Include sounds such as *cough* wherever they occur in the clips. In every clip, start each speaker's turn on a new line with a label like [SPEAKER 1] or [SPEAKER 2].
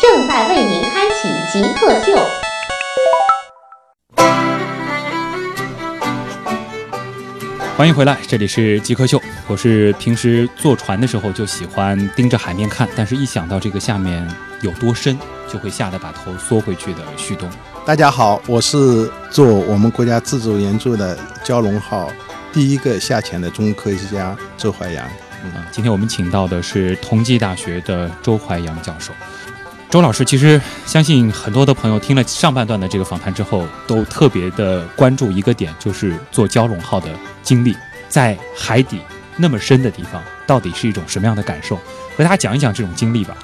[SPEAKER 1] 正在为您开启极客秀。
[SPEAKER 2] 欢迎回来，这里是极客秀，我是平时坐船的时候就喜欢盯着海面看，但是一想到这个下面有多深，就会吓得把头缩回去的旭东。
[SPEAKER 3] 大家好，我是做我们国家自主援助的蛟龙号第一个下潜的中科学家周怀嗯洋。
[SPEAKER 2] 啊，今天我们请到的是同济大学的周怀洋教授。周老师，其实相信很多的朋友听了上半段的这个访谈之后，都特别的关注一个点，就是做蛟龙号的经历，在海底那么深的地方，到底是一种什么样的感受？和大家讲一讲这种经历吧。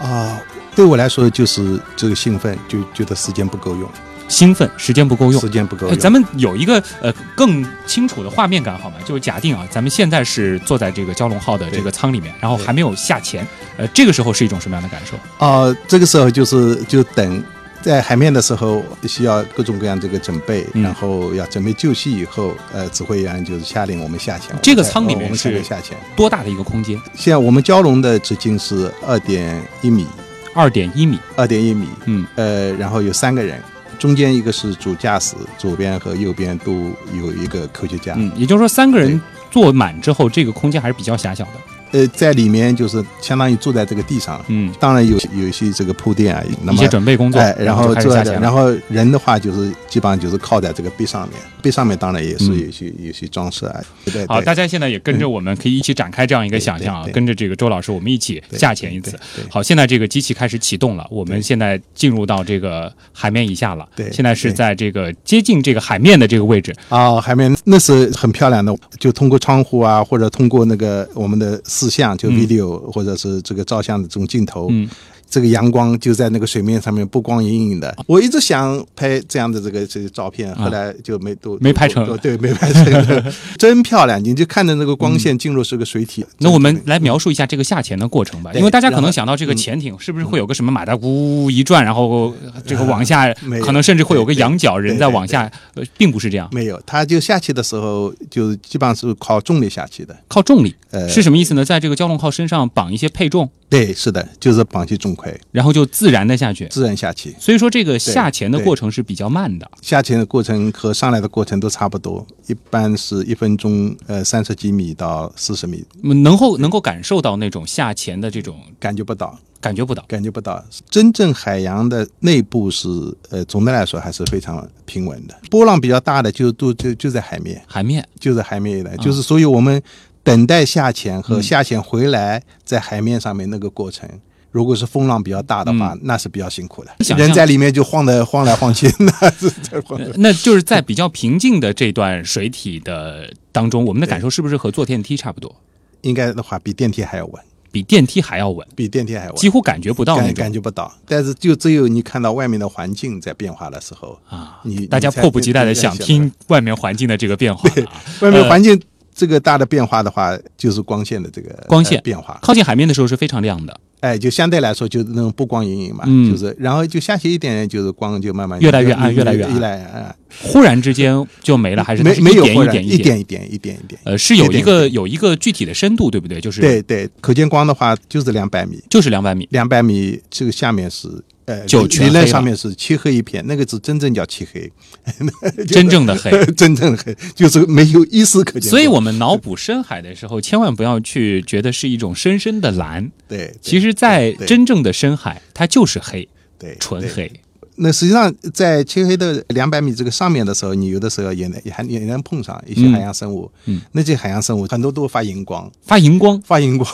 [SPEAKER 3] 啊、对我来说就是这个兴奋，就觉得时间不够用，
[SPEAKER 2] 兴奋，时间不够用
[SPEAKER 3] 时。间不够
[SPEAKER 2] 哎，
[SPEAKER 3] 用。
[SPEAKER 2] 咱们有一个呃更清楚的画面感好吗？就是假定啊，咱们现在是坐在这个蛟龙号的这个舱里面，然后还没有下潜，呃，这个时候是一种什么样的感受？
[SPEAKER 3] 啊、这个时候就是就等。在海面的时候，需要各种各样这个准备，
[SPEAKER 2] 嗯
[SPEAKER 3] 然后要准备就绪以后，呃，指挥员就是下令我们下潜。
[SPEAKER 2] 这个
[SPEAKER 3] 我们在
[SPEAKER 2] 舱里
[SPEAKER 3] 呃
[SPEAKER 2] 面
[SPEAKER 3] 我们才能
[SPEAKER 2] 是
[SPEAKER 3] 下潜。
[SPEAKER 2] 多大的一个空间？
[SPEAKER 3] 现在我们蛟龙的直径是二点一米，
[SPEAKER 2] 二点一米。
[SPEAKER 3] 二点一米，
[SPEAKER 2] 嗯，
[SPEAKER 3] 呃，然后有三个人，中间一个是主驾驶，左边和右边都有一个科学家，
[SPEAKER 2] 嗯，也就是说三个人坐满之后，这个空间还是比较狭小的。
[SPEAKER 3] 呃，在里面就是相当于坐在这个地上，
[SPEAKER 2] 嗯，
[SPEAKER 3] 当然有有一些这个铺垫啊，那
[SPEAKER 2] 一
[SPEAKER 3] 么
[SPEAKER 2] 些。准备工作，
[SPEAKER 3] 哎，然后
[SPEAKER 2] 就开始
[SPEAKER 3] 坐
[SPEAKER 2] 下
[SPEAKER 3] 在
[SPEAKER 2] 潜了。
[SPEAKER 3] 这，然后人的话就是基本上就是靠在这个背上面，背上面当然也是
[SPEAKER 2] 嗯
[SPEAKER 3] 有一些、有一些装饰啊，对对
[SPEAKER 2] 好，
[SPEAKER 3] 对
[SPEAKER 2] 大家现在也跟着我们，可以一起展开这样一个想象啊
[SPEAKER 3] 对对，对
[SPEAKER 2] 跟着这个周老师，我们一起
[SPEAKER 3] 对
[SPEAKER 2] 下潜一次
[SPEAKER 3] 对。对对
[SPEAKER 2] 好，现在这个机器开始启动了，我们
[SPEAKER 3] 对
[SPEAKER 2] 现在进入到这个海面以下了。
[SPEAKER 3] 对
[SPEAKER 2] 现在是
[SPEAKER 3] 对
[SPEAKER 2] 在这个接近这个海面的这个位置。
[SPEAKER 3] 啊、海面那是很漂亮的，就通过窗户啊，或者通过那个我们的视像，就
[SPEAKER 2] 嗯
[SPEAKER 3] video、或者是这个照相的这种镜头，
[SPEAKER 2] 嗯，
[SPEAKER 3] 这个阳光就在那个水面上面波光隐隐的。
[SPEAKER 2] 哦
[SPEAKER 3] 我一直想拍这样的这个这个照片，后来就没都
[SPEAKER 2] 啊没拍成
[SPEAKER 3] 都 *laughs* 对，没拍成，真漂亮！你就看着那个光线进入是个水体。
[SPEAKER 2] 嗯那我们来描述一下这个下潜的过程吧，
[SPEAKER 3] 对
[SPEAKER 2] 因为大家可
[SPEAKER 3] 然
[SPEAKER 2] 能
[SPEAKER 3] 后嗯
[SPEAKER 2] 想到这个潜艇是不是会有个什么马达呜呜一转，然后这个往下
[SPEAKER 3] *laughs* 没，有
[SPEAKER 2] 可能甚至会有个
[SPEAKER 3] 对对
[SPEAKER 2] 仰角，人
[SPEAKER 3] 对
[SPEAKER 2] 在
[SPEAKER 3] 对
[SPEAKER 2] 往
[SPEAKER 3] 对嗯
[SPEAKER 2] 下，呃，并不是这样，
[SPEAKER 3] 没有，它就下去的时候就基本上是靠重力下去的。
[SPEAKER 2] 靠重力。
[SPEAKER 3] 呃，
[SPEAKER 2] 是什么意思呢？在这个蛟龙号身上绑一些配重，
[SPEAKER 3] 对，是的，就是绑起重盔，
[SPEAKER 2] 然后就自然的下去。
[SPEAKER 3] 自然下去。
[SPEAKER 2] 所以说这个下潜的
[SPEAKER 3] 对
[SPEAKER 2] 过程是比较慢的，
[SPEAKER 3] 下潜的过程和上来的过程都差不多，一般是一分钟，呃，三十几米到四十米，
[SPEAKER 2] 嗯能够能够感受到那种下潜的这种
[SPEAKER 3] 感觉不到，
[SPEAKER 2] 感觉不到。
[SPEAKER 3] 感觉不到。真正海洋的内部是，呃，总的来说还是非常平稳的，波浪比较大的就都就就在海面，
[SPEAKER 2] 海面
[SPEAKER 3] 就在海面
[SPEAKER 2] 啊
[SPEAKER 3] 一带，就是所以我们等待下潜
[SPEAKER 2] 嗯
[SPEAKER 3] 和下潜回来在海面上面那个过程。如果是风浪比较大的话，那是比较辛苦的，
[SPEAKER 2] 嗯想象
[SPEAKER 3] 人在里面就晃的晃来晃去， *laughs* 那是在晃。
[SPEAKER 2] 呃那就是在比较平静的这段水体的当中，我们的感受是不是和坐电梯差不多？
[SPEAKER 3] 应该的话，比电梯还要稳，
[SPEAKER 2] 比电梯还要稳，
[SPEAKER 3] 比电梯还稳。
[SPEAKER 2] 几乎感觉不到那
[SPEAKER 3] 感
[SPEAKER 2] 种
[SPEAKER 3] 感觉不到，但是就只有你看到外面的环境在变化的时候，
[SPEAKER 2] 啊
[SPEAKER 3] 你！
[SPEAKER 2] 大家
[SPEAKER 3] 你才
[SPEAKER 2] 迫不及待的
[SPEAKER 3] 你才
[SPEAKER 2] 想听外面环境的这个变化了啊！
[SPEAKER 3] 外面环境这个大的变化的话，就是光线的这个
[SPEAKER 2] 光线
[SPEAKER 3] 呃变化，
[SPEAKER 2] 靠近海面的时候是非常亮的，
[SPEAKER 3] 哎，就相对来说就是那种波光隐隐嘛，
[SPEAKER 2] 嗯
[SPEAKER 3] 就是然后就下去一点，就是光就慢慢
[SPEAKER 2] 越来越暗
[SPEAKER 3] 越
[SPEAKER 2] 越来越暗
[SPEAKER 3] 越来越暗，
[SPEAKER 2] 忽然之间就没了，还是它
[SPEAKER 3] 没
[SPEAKER 2] 是
[SPEAKER 3] 没
[SPEAKER 2] 一
[SPEAKER 3] 有
[SPEAKER 2] 点
[SPEAKER 3] 忽
[SPEAKER 2] 一
[SPEAKER 3] 然
[SPEAKER 2] 点
[SPEAKER 3] 一
[SPEAKER 2] 点。
[SPEAKER 3] 一点一点一点，
[SPEAKER 2] 呃，是有一
[SPEAKER 3] 一点
[SPEAKER 2] 个
[SPEAKER 3] 一点
[SPEAKER 2] 有一个具体的深度，对不对？就是
[SPEAKER 3] 对对，可见光的话就是两百米，
[SPEAKER 2] 就是两百米，
[SPEAKER 3] 两百米这个下面是。呃，
[SPEAKER 2] 就
[SPEAKER 3] 理
[SPEAKER 2] 全
[SPEAKER 3] 理论
[SPEAKER 2] 黑了
[SPEAKER 3] 上面是漆黑一片，那个是真正叫漆黑， *laughs*
[SPEAKER 2] 真正的黑。
[SPEAKER 3] 真正黑就是没有一丝可
[SPEAKER 2] *laughs*
[SPEAKER 3] 见光。
[SPEAKER 2] 所以我们脑补深海的时候，千万不要去觉得是一种深深的蓝，
[SPEAKER 3] 对，对
[SPEAKER 2] 其实，在
[SPEAKER 3] 对
[SPEAKER 2] 真正的深海，它就是黑，
[SPEAKER 3] 对
[SPEAKER 2] 纯。
[SPEAKER 3] 对
[SPEAKER 2] 黑。
[SPEAKER 3] 那实际上，在漆黑的两百米这个上面的时候，你有的时候也能也还也能碰上一些海洋生物。
[SPEAKER 2] 嗯嗯，
[SPEAKER 3] 那些海洋生物很多都发荧光，
[SPEAKER 2] 发荧光，
[SPEAKER 3] 发荧光，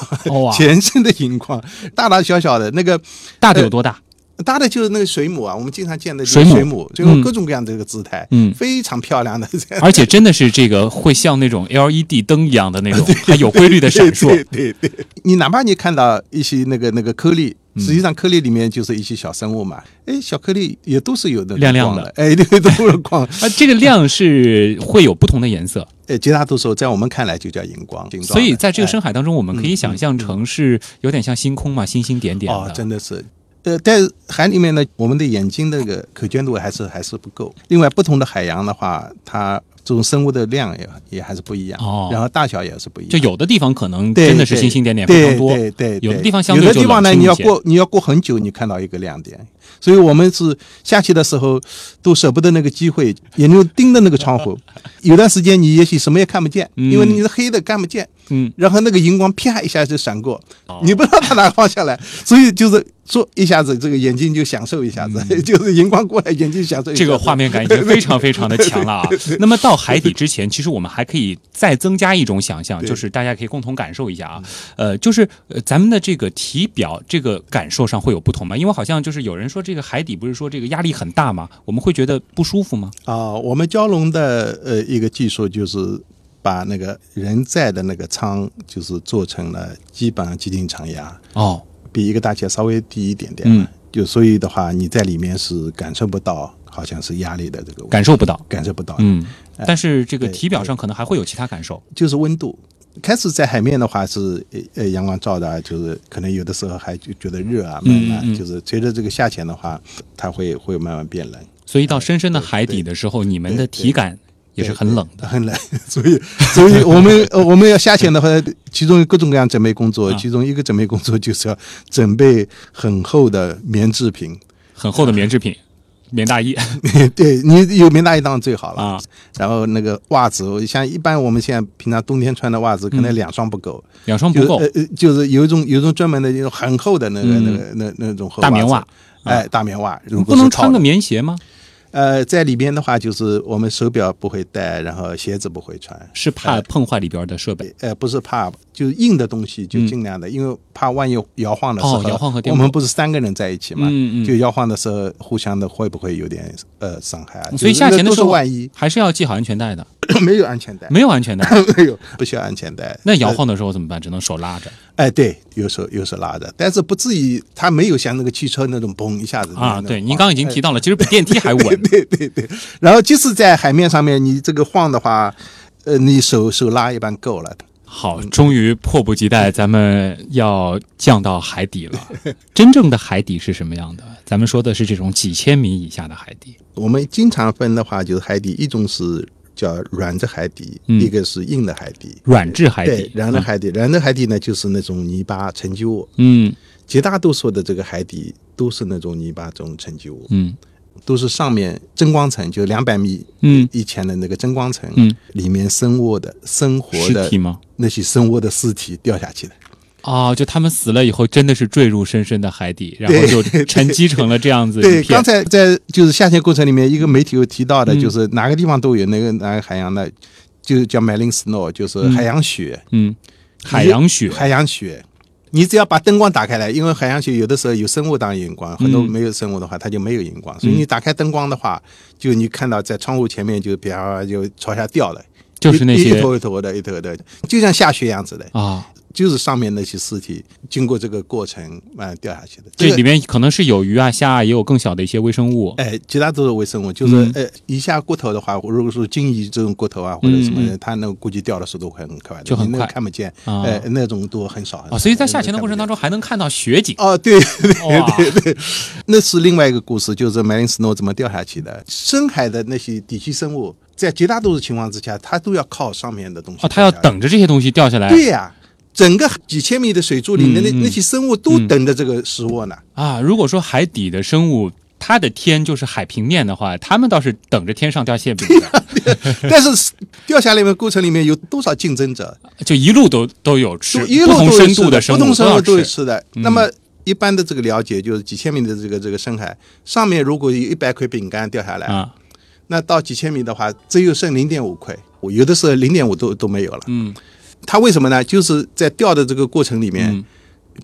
[SPEAKER 2] 哇
[SPEAKER 3] *laughs* 全身的荧光，大大小小的那个
[SPEAKER 2] 大的有多大？
[SPEAKER 3] 大的就是那个水母啊，我们经常见的就是
[SPEAKER 2] 水母
[SPEAKER 3] 水母，就
[SPEAKER 2] 嗯
[SPEAKER 3] 有各种各样的这个姿态，
[SPEAKER 2] 嗯
[SPEAKER 3] 非常漂亮的这样。
[SPEAKER 2] 而且真的是这个会像那种 LED 灯一
[SPEAKER 3] *laughs*
[SPEAKER 2] 样的那种，还有规律的闪烁
[SPEAKER 3] 对。对对，你哪怕你看到一些那个那个颗粒，
[SPEAKER 2] 嗯
[SPEAKER 3] 实际上颗粒里面就是一些小生物嘛，哎，小颗粒也都是有的
[SPEAKER 2] 亮亮的
[SPEAKER 3] 光哎，对， *laughs* 都是光，
[SPEAKER 2] 啊，这个亮是会有不同的颜色，
[SPEAKER 3] 哎，绝大多数在我们看来就叫荧光，晶状的
[SPEAKER 2] 所以在这个
[SPEAKER 3] 哎嗯
[SPEAKER 2] 深海当中，我们可以想象成是有点像星空嘛，星星点点
[SPEAKER 3] 哦，
[SPEAKER 2] 的。
[SPEAKER 3] 真的是。呃，在海里面呢，我们的眼睛那个可见度还是还是不够。另外，不同的海洋的话，它这种生物的量也也还是不一样，
[SPEAKER 2] 哦
[SPEAKER 3] 然后大小也是不一样。
[SPEAKER 2] 就有的地方可能
[SPEAKER 3] 对
[SPEAKER 2] 真的是
[SPEAKER 3] 对
[SPEAKER 2] 星星点点非
[SPEAKER 3] 对
[SPEAKER 2] 常多，
[SPEAKER 3] 对对，
[SPEAKER 2] 有的
[SPEAKER 3] 对
[SPEAKER 2] 地方相
[SPEAKER 3] 有
[SPEAKER 2] 对
[SPEAKER 3] 的
[SPEAKER 2] 就
[SPEAKER 3] 地方呢，
[SPEAKER 2] 冷清
[SPEAKER 3] 你
[SPEAKER 2] 一
[SPEAKER 3] 要
[SPEAKER 2] 些
[SPEAKER 3] 过你要过很久，你看到一个亮点。所以我们是下去的时候都舍不得那个机会，眼睛盯着那个
[SPEAKER 2] *laughs*
[SPEAKER 3] 窗户。有段时间你也许什么也看不见，因为
[SPEAKER 2] 嗯
[SPEAKER 3] 你是黑的看不见。
[SPEAKER 2] 嗯，哦
[SPEAKER 3] 然后那个荧光啪一下就闪过，你不知道它哪个方向来，所以就是说一下子这个眼睛就享受一下子， *laughs* 就是荧光过来，眼睛享受一下子
[SPEAKER 2] 嗯这个画面感已经非常非常的强了啊。那么到海底之前，其实我们还可以再增加一种想象，
[SPEAKER 3] 对嗯
[SPEAKER 2] 就是大家可以共同感受一下啊。呃，就是呃咱们的这个体表这个感受上会有不同吗？因为好像就是有人说这个海底不是说这个压力很大嘛，我们会觉得不舒服吗？
[SPEAKER 3] 啊、我们蛟龙的呃一个技术就是把那个人在的那个舱，就是做成了基本上接近常压，
[SPEAKER 2] 哦，
[SPEAKER 3] 比一个大气压稍微低一点点。啊
[SPEAKER 2] 嗯，
[SPEAKER 3] 就所以的话，你在里面是感受不到好像是压力的这个问
[SPEAKER 2] 感受不到。
[SPEAKER 3] 感受不到。，
[SPEAKER 2] 嗯，但是这个
[SPEAKER 3] 对
[SPEAKER 2] 体表上可能还会有其他感受。
[SPEAKER 3] 就是温度。开始在海面的话是呃呃阳光照的啊，就是可能有的时候还就觉得热啊，慢
[SPEAKER 2] 嗯
[SPEAKER 3] 慢、
[SPEAKER 2] 嗯
[SPEAKER 3] 就是随着这个下潜的话，它会会慢慢变冷。
[SPEAKER 2] 所
[SPEAKER 3] 哎
[SPEAKER 2] 以到深深的海底的时候，你们的体感也是很冷的。
[SPEAKER 3] 很冷，所以 *laughs* 所以我们呃我们要下潜的话，其中有各种各样准备工作，
[SPEAKER 2] 啊
[SPEAKER 3] 其中一个准备工作就是要准备很厚的棉制品， *laughs*
[SPEAKER 2] 很厚的棉制品，棉大衣
[SPEAKER 3] 呃对你有棉大衣当然最好了。
[SPEAKER 2] 啊，
[SPEAKER 3] 然后那个袜子，我像一般我们现在平常冬天穿的袜子，可能两双不够，
[SPEAKER 2] *laughs* 两双嗯
[SPEAKER 3] 就
[SPEAKER 2] 不够
[SPEAKER 3] 呃，呃就是有一种有一种专门的那种很厚的那个、那个那那种厚
[SPEAKER 2] 大棉
[SPEAKER 3] 袜
[SPEAKER 2] 袜
[SPEAKER 3] 子。哎，大棉袜，如
[SPEAKER 2] 你
[SPEAKER 3] 果
[SPEAKER 2] 不
[SPEAKER 3] 是
[SPEAKER 2] 能
[SPEAKER 3] 套
[SPEAKER 2] 穿个
[SPEAKER 3] 的
[SPEAKER 2] 棉鞋吗？
[SPEAKER 3] 呃，在里边的话，就是我们手表不会戴，然后鞋子不会穿，
[SPEAKER 2] 是怕碰坏里边的设备。
[SPEAKER 3] 呃，不是怕，就是硬的东西就尽量的，因为怕万一摇晃的时候，
[SPEAKER 2] 嗯哦摇晃和颠
[SPEAKER 3] 我
[SPEAKER 2] 簸
[SPEAKER 3] 们不是三个人在一起嘛，
[SPEAKER 2] 嗯嗯
[SPEAKER 3] 就摇晃的时候互相的会不会有点呃伤害啊？
[SPEAKER 2] 所以
[SPEAKER 3] 就是
[SPEAKER 2] 下潜的
[SPEAKER 3] 那
[SPEAKER 2] 时
[SPEAKER 3] 都
[SPEAKER 2] 候
[SPEAKER 3] 是万一 *coughs*
[SPEAKER 2] 还是要系好安全带的，
[SPEAKER 3] 没有安全带，
[SPEAKER 2] 没有安全
[SPEAKER 3] *laughs*
[SPEAKER 2] 带，
[SPEAKER 3] 没有不需要安全带。
[SPEAKER 2] 那摇晃的时候怎么办？只能手拉着
[SPEAKER 3] 哎，对，有手有手拉着，但是不至于它没有像那个汽车那种嘣一下子
[SPEAKER 2] 啊。
[SPEAKER 3] 那种
[SPEAKER 2] 对，
[SPEAKER 3] 晃
[SPEAKER 2] 您
[SPEAKER 3] *laughs*
[SPEAKER 2] 刚刚已经提到了，其实比电梯还稳。
[SPEAKER 3] 然后即使在海面上面，你这个晃的话，呃，你手手拉一般够了。
[SPEAKER 2] 好，终于迫不及待，咱们要降到海底
[SPEAKER 3] *laughs*
[SPEAKER 2] 了。真正的海底是什么样的？咱们说的是这种几千米以下的海底。
[SPEAKER 3] 我们经常分的话，就是海底，一种是叫软质海底，
[SPEAKER 2] 嗯
[SPEAKER 3] 一个是硬的海底。
[SPEAKER 2] 软质海底
[SPEAKER 3] 对，，然后海底，然后海底呢，就是那种泥巴沉积物，
[SPEAKER 2] 嗯
[SPEAKER 3] 绝大多数的这个海底都是那种泥巴这种沉积物，
[SPEAKER 2] 嗯
[SPEAKER 3] 都是上面真光层，就两百米
[SPEAKER 2] 嗯，
[SPEAKER 3] 以前的那个真光层，
[SPEAKER 2] 嗯，
[SPEAKER 3] 里面生卧的生活
[SPEAKER 2] 尸
[SPEAKER 3] 的
[SPEAKER 2] 体吗？
[SPEAKER 3] 那些生卧的尸体掉下去的，
[SPEAKER 2] 哦，就他们死了以后，真的是坠入深深的海底，然后就沉积成了这样子一 *laughs*
[SPEAKER 3] 对，
[SPEAKER 2] 片嗯
[SPEAKER 3] 刚。才在就是下潜过程里面，一个媒体有提到的，就是哪个地方都有那个哪个海洋的，就是叫 marine snow，就是海洋雪，
[SPEAKER 2] 嗯，海洋雪，
[SPEAKER 3] 海洋雪。你只要把灯光打开来，因为海洋雪有的时候有生物当荧光，很多
[SPEAKER 2] 嗯
[SPEAKER 3] 没有生物的话它就没有荧光，所以你打开灯光的话，就你看到在窗户前面就啪就朝下掉了，
[SPEAKER 2] 就是那
[SPEAKER 3] 一一
[SPEAKER 2] 些
[SPEAKER 3] 头一头的一头的，就像下雪一样子的，
[SPEAKER 2] 啊，
[SPEAKER 3] 就是上面那些尸体经过这个过程慢慢掉下去的。
[SPEAKER 2] 这
[SPEAKER 3] 个
[SPEAKER 2] 里面可能是有鱼啊、虾啊，也有更小的一些微生物。
[SPEAKER 3] 哎，其他都是微生物，就是、
[SPEAKER 2] 嗯
[SPEAKER 3] 呃，一下骨头的话，如果说鲸鱼这种骨头啊或者什么的，它那个估计掉的速度会很快的，
[SPEAKER 2] 嗯就很
[SPEAKER 3] 你那个
[SPEAKER 2] 快
[SPEAKER 3] 看不见，
[SPEAKER 2] 啊
[SPEAKER 3] 呃，那种都很少。很
[SPEAKER 2] 哦，
[SPEAKER 3] 少
[SPEAKER 2] 所以在下潜的过程当。中还能看到雪景。
[SPEAKER 3] 哦，对对
[SPEAKER 2] 哇
[SPEAKER 3] 对对，那是另外一个故事，就是 Marine Snow 怎么掉下去的。深海的那些底栖生物，在绝大多数情况之下，它都要靠上面的东西。
[SPEAKER 2] 哦，它要。等着这些东西掉下来。
[SPEAKER 3] 对呀、整个几千米的水柱里面，那
[SPEAKER 2] 嗯嗯
[SPEAKER 3] 那些生物都等着这个食物呢。
[SPEAKER 2] 啊，如果说海底的生物。它的天就是海平面的话，它们倒是等着天上掉馅饼的，嗯
[SPEAKER 3] 但是掉下来的过程里面有多少竞争者？
[SPEAKER 2] 就一路都都有吃，
[SPEAKER 3] 就一路
[SPEAKER 2] 不同
[SPEAKER 3] 都有
[SPEAKER 2] 深
[SPEAKER 3] 吃
[SPEAKER 2] 度
[SPEAKER 3] 的
[SPEAKER 2] 的生
[SPEAKER 3] 不同
[SPEAKER 2] 物哦嗯
[SPEAKER 3] 生物
[SPEAKER 2] 都
[SPEAKER 3] 都
[SPEAKER 2] 要
[SPEAKER 3] 有
[SPEAKER 2] 吃。
[SPEAKER 3] 吃的。那么一般的这个了解就是几千米的这个这个深海上面，如果有一百块饼干掉下来，
[SPEAKER 2] 啊，
[SPEAKER 3] 那到几千米的话，只有剩零点五块，我有的时候零点五都都没有了。
[SPEAKER 2] 嗯，
[SPEAKER 3] 它为什么呢？就是在掉的这个过程里面，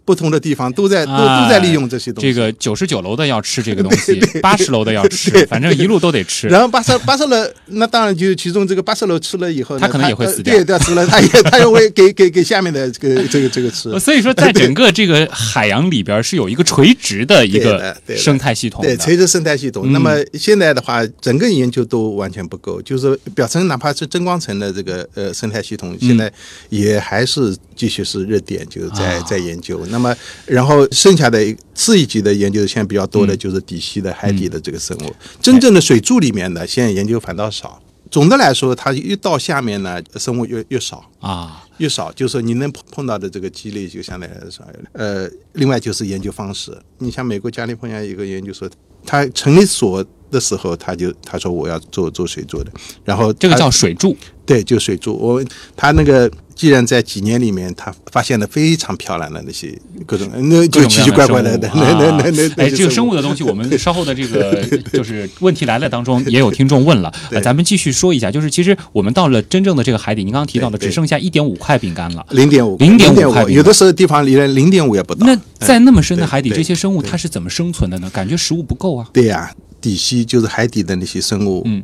[SPEAKER 3] 不同的地方都在都都在利用这些东西。
[SPEAKER 2] 啊这个九十九楼的要吃这个东
[SPEAKER 3] *laughs*
[SPEAKER 2] 西，八十楼的要吃，反正一路都得吃。
[SPEAKER 3] 然后巴塞巴塞罗那当然就其中这个巴塞罗吃了以后呢，
[SPEAKER 2] 他可能也会
[SPEAKER 3] 呃
[SPEAKER 2] 死掉
[SPEAKER 3] 对，他死了，他也 *laughs* 他也会给给给下面的这个这个这个吃。
[SPEAKER 2] 所以说，在整个这个海洋里边是有一个垂直的一
[SPEAKER 3] 对
[SPEAKER 2] 个
[SPEAKER 3] 的对的
[SPEAKER 2] 生态系统的。
[SPEAKER 3] 对，
[SPEAKER 2] 嗯
[SPEAKER 3] 垂直生态系统。那么现在的话，整个研究都完全不够，就是表层哪怕是真光层的这个呃生态系统，现在也还是继续是热点，就是在
[SPEAKER 2] 嗯啊
[SPEAKER 3] 在研究。那么然后剩下的次一级的研究现在比较
[SPEAKER 2] 嗯
[SPEAKER 3] 多的就是底系的海底的这个生物，真正的水柱里面的现在研究反倒少。总的来说，它越到下面呢，生物越越少。
[SPEAKER 2] 啊，
[SPEAKER 3] 越少，就是说你能碰碰到的这个几率就相对来说少。呃，另外就是研究方式，你像美国加利福尼亚有一个研究所，他成立所的时候，他就他说我要做做水做的，然后
[SPEAKER 2] 哎这个
[SPEAKER 3] 他
[SPEAKER 2] 叫水柱
[SPEAKER 3] 对，就水柱。我他那个既然在几年里面，他发现了非常漂亮的那些各种，那
[SPEAKER 2] 各
[SPEAKER 3] 就
[SPEAKER 2] 种
[SPEAKER 3] 奇奇怪怪的，
[SPEAKER 2] 各
[SPEAKER 3] 那
[SPEAKER 2] 样的生物
[SPEAKER 3] 那那那那
[SPEAKER 2] 啊，哎，这个生物
[SPEAKER 3] 物
[SPEAKER 2] 的东西，我们稍后的这
[SPEAKER 3] *laughs*
[SPEAKER 2] 个就是问题来了当中也有听众问了，呃咱们继续说一下，就是其实我们到了真正的这个海底，您刚刚提到的
[SPEAKER 3] 对
[SPEAKER 2] 只剩下一点五块饼干了。
[SPEAKER 3] 零点五，
[SPEAKER 2] 0.5
[SPEAKER 3] 点
[SPEAKER 2] 块
[SPEAKER 3] 五，
[SPEAKER 2] 饼
[SPEAKER 3] 有的时候地方连零点五也不到。
[SPEAKER 2] 那在那么深的海底，
[SPEAKER 3] 嗯对对
[SPEAKER 2] 这些生物它是怎么生存的呢？感觉食物不够啊。
[SPEAKER 3] 对呀、底栖就是海底的那些生物，
[SPEAKER 2] 嗯，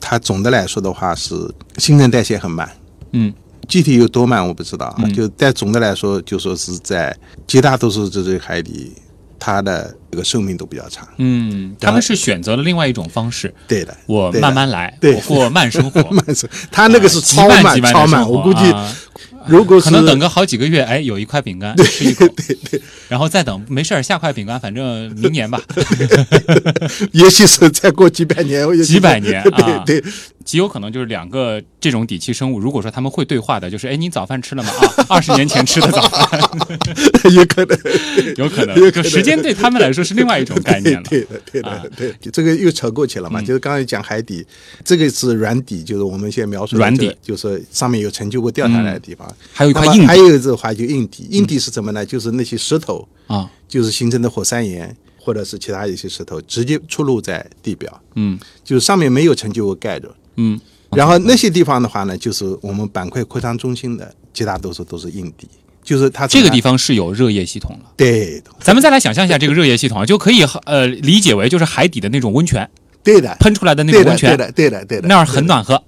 [SPEAKER 3] 它总的来说的话是新陈代谢很慢，
[SPEAKER 2] 嗯，
[SPEAKER 3] 具体有多慢我不知道啊，
[SPEAKER 2] 嗯
[SPEAKER 3] 就但总的来说，就说是在绝大多数这些海底，它的这个寿命都比较长。
[SPEAKER 2] 嗯，他们是选择了另外一种方式，
[SPEAKER 3] 对的，
[SPEAKER 2] 我
[SPEAKER 3] 对的
[SPEAKER 2] 慢慢来，
[SPEAKER 3] 对
[SPEAKER 2] 我过慢生活，
[SPEAKER 3] *laughs* 慢是，它那个是
[SPEAKER 2] 极
[SPEAKER 3] 超
[SPEAKER 2] 慢
[SPEAKER 3] 慢
[SPEAKER 2] 极慢的
[SPEAKER 3] 超
[SPEAKER 2] 生
[SPEAKER 3] 慢，
[SPEAKER 2] 活
[SPEAKER 3] 我估计
[SPEAKER 2] 啊
[SPEAKER 3] 如果是
[SPEAKER 2] 可能
[SPEAKER 3] *laughs*
[SPEAKER 2] 等个好几个月，哎，有一块饼干吃一口，然后再等，没事儿，下块饼干，反正明年
[SPEAKER 3] *laughs*
[SPEAKER 2] 吧，
[SPEAKER 3] 也许是再过几百年，也许
[SPEAKER 2] 几百年啊
[SPEAKER 3] *laughs* 对对，
[SPEAKER 2] 极有可能就是两个这种底栖生物，如果说他们会对话的，就是哎，你早饭吃了吗？啊，二十年前吃的早
[SPEAKER 3] *laughs*
[SPEAKER 2] 饭，
[SPEAKER 3] 也可能。
[SPEAKER 2] 有可能，就时间对他们来说是另外一种概念了。
[SPEAKER 3] *laughs* 对的，对
[SPEAKER 2] 啊嗯
[SPEAKER 3] 的，对，这个又扯过去了嘛。就是刚才讲海底，这个是软底，就是我们现在描述的
[SPEAKER 2] 软底嗯
[SPEAKER 3] 这个就是上面有成就过调查来的地方。
[SPEAKER 2] 还有一块
[SPEAKER 3] 那么
[SPEAKER 2] 硬
[SPEAKER 3] 还
[SPEAKER 2] 底嗯
[SPEAKER 3] 有的话就硬底，硬底是什么呢？就是那些石头，
[SPEAKER 2] 啊，
[SPEAKER 3] 就是形成的火山岩或者是其他一些石头，直接出露在地表，
[SPEAKER 2] 嗯
[SPEAKER 3] 就是上面没有成就物盖着。
[SPEAKER 2] 嗯，
[SPEAKER 3] 然后那些地方的话呢，就是我们板块扩张中心的绝大多数都是硬底，就是它
[SPEAKER 2] 这个地
[SPEAKER 3] 方
[SPEAKER 2] 方是有热液系统了。
[SPEAKER 3] 对的
[SPEAKER 2] 咱们再来想象一下这个热液系统啊，就可以呃理解为就是海底的那种温泉
[SPEAKER 3] 对的。
[SPEAKER 2] 喷出来的那
[SPEAKER 3] 对
[SPEAKER 2] 种
[SPEAKER 3] 的，
[SPEAKER 2] 温
[SPEAKER 3] 对
[SPEAKER 2] 泉，
[SPEAKER 3] 的，对的，对的。
[SPEAKER 2] 那儿很暖和。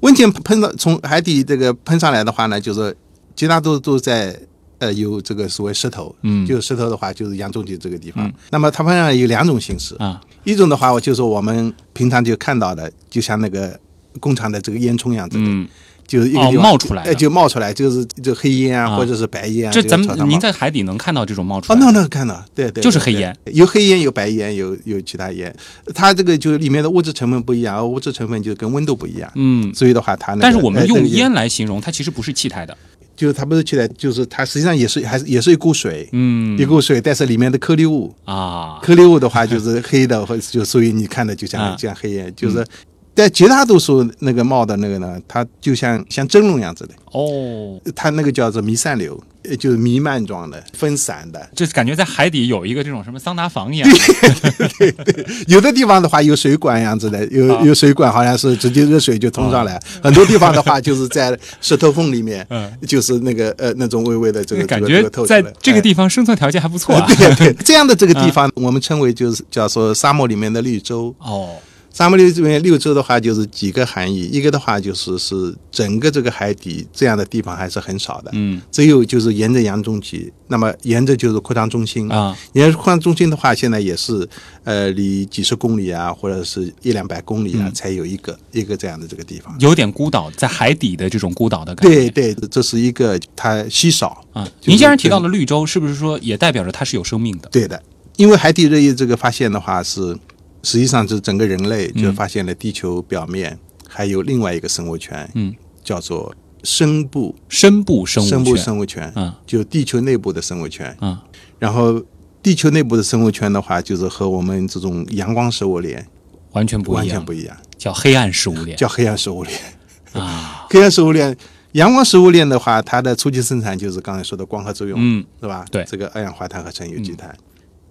[SPEAKER 3] 温泉喷到从海底这个喷上来的话呢，就是绝大多数都在呃有这个所谓石头，
[SPEAKER 2] 嗯
[SPEAKER 3] 就是石头的话就是洋中脊这个地方。那么它喷上来有两种形式
[SPEAKER 2] 啊，
[SPEAKER 3] 一种的话，我就是我们平常就看到的，就像那个工厂的这个烟囱一样子的，
[SPEAKER 2] 嗯，
[SPEAKER 3] 就是一个
[SPEAKER 2] 哦
[SPEAKER 3] 地方
[SPEAKER 2] 冒出来的
[SPEAKER 3] 哎，就冒出来，就是就黑烟啊，
[SPEAKER 2] 啊
[SPEAKER 3] 或者是白烟啊，
[SPEAKER 2] 这
[SPEAKER 3] 就
[SPEAKER 2] 咱
[SPEAKER 3] 朝它
[SPEAKER 2] 们您
[SPEAKER 3] 冒
[SPEAKER 2] 在海底能看到这种冒出
[SPEAKER 3] 哦，
[SPEAKER 2] 来
[SPEAKER 3] 那
[SPEAKER 2] 的？
[SPEAKER 3] 那看到，对对，
[SPEAKER 2] 就是
[SPEAKER 3] 对
[SPEAKER 2] 黑
[SPEAKER 3] 对
[SPEAKER 2] 烟
[SPEAKER 3] 有黑烟，有白烟，有有其他烟，它这个就是里面的物质成分不一样，而物质成分就跟温度不一样，
[SPEAKER 2] 嗯，
[SPEAKER 3] 所以的话它那个、
[SPEAKER 2] 但是我们
[SPEAKER 3] 呃
[SPEAKER 2] 用
[SPEAKER 3] 这个
[SPEAKER 2] 烟来形容，它其实不是气态的。
[SPEAKER 3] 就是它不是气体，就是它实际上也是还是也是一股水，
[SPEAKER 2] 嗯
[SPEAKER 3] 一股水，但是里面的颗粒物，
[SPEAKER 2] 啊，
[SPEAKER 3] 颗粒物的话就是黑的，或者就所以你看的就
[SPEAKER 2] 啊
[SPEAKER 3] 像像黑烟，就是。但绝大多数那个冒的那个呢，它就像像蒸笼样子的，
[SPEAKER 2] 哦，
[SPEAKER 3] 它那个叫做弥散流，呃就是弥漫状的、分散的。
[SPEAKER 2] 就是感觉在海底有一个这种什么桑拿房一样，
[SPEAKER 3] 有的地方的话有水管样子的，有、
[SPEAKER 2] 啊
[SPEAKER 3] 有水管，好像是直接热水就通上来。很多地方的话就是在石头缝里面，
[SPEAKER 2] *laughs* 嗯
[SPEAKER 3] 就是那个呃那种微微的这个
[SPEAKER 2] 感
[SPEAKER 3] 这个这
[SPEAKER 2] 觉
[SPEAKER 3] 个透出
[SPEAKER 2] 在
[SPEAKER 3] 来
[SPEAKER 2] 这个
[SPEAKER 3] 哎
[SPEAKER 2] 地方生存条件还不错啊。
[SPEAKER 3] *laughs* 对对，这样的这个地方，我们称为就是叫做沙漠里面的绿洲。
[SPEAKER 2] *laughs* 哦，
[SPEAKER 3] 沙漠里面绿洲的话，就是几个含义，一个的话就是是整个这个海底这样的地方还是很少的，
[SPEAKER 2] 嗯，
[SPEAKER 3] 只有就是沿着洋中脊，那么沿着就是扩张中心
[SPEAKER 2] 啊，
[SPEAKER 3] 沿着扩张中心的话，现在也是呃离几十公里啊，或者是一两百公里啊，
[SPEAKER 2] 嗯
[SPEAKER 3] 才有一个一个这样的这个地方。
[SPEAKER 2] 有点孤岛，在海底的这种孤岛的感觉。
[SPEAKER 3] 对对，这是一个它稀少
[SPEAKER 2] 啊，
[SPEAKER 3] 就是
[SPEAKER 2] 您既然提到
[SPEAKER 3] 这
[SPEAKER 2] 了绿洲，是不是说也代表着它是有生命的？
[SPEAKER 3] 对的，因为海底热液这个发现的话是，实际上是整个人类
[SPEAKER 2] 嗯
[SPEAKER 3] 就发现了地球表面还有另外一个生物圈，
[SPEAKER 2] 嗯，
[SPEAKER 3] 叫做深部
[SPEAKER 2] 深部生
[SPEAKER 3] 深
[SPEAKER 2] 物
[SPEAKER 3] 部
[SPEAKER 2] 圈
[SPEAKER 3] 生物圈，
[SPEAKER 2] 嗯
[SPEAKER 3] 就地球内部的生物圈。
[SPEAKER 2] 啊，
[SPEAKER 3] 然后地球内部的生物圈的话，就是和我们这种阳光食物链
[SPEAKER 2] 完全不
[SPEAKER 3] 完
[SPEAKER 2] 一
[SPEAKER 3] 全
[SPEAKER 2] 样
[SPEAKER 3] 不，一样，
[SPEAKER 2] 叫黑暗食物链
[SPEAKER 3] 叫黑暗食物链。
[SPEAKER 2] 啊。
[SPEAKER 3] *laughs* 黑暗食物链，阳光食物链的话，它的初级生产就是刚才说的光合作用，
[SPEAKER 2] 嗯，
[SPEAKER 3] 是吧？
[SPEAKER 2] 对嗯
[SPEAKER 3] 这个二氧化碳合成有机碳。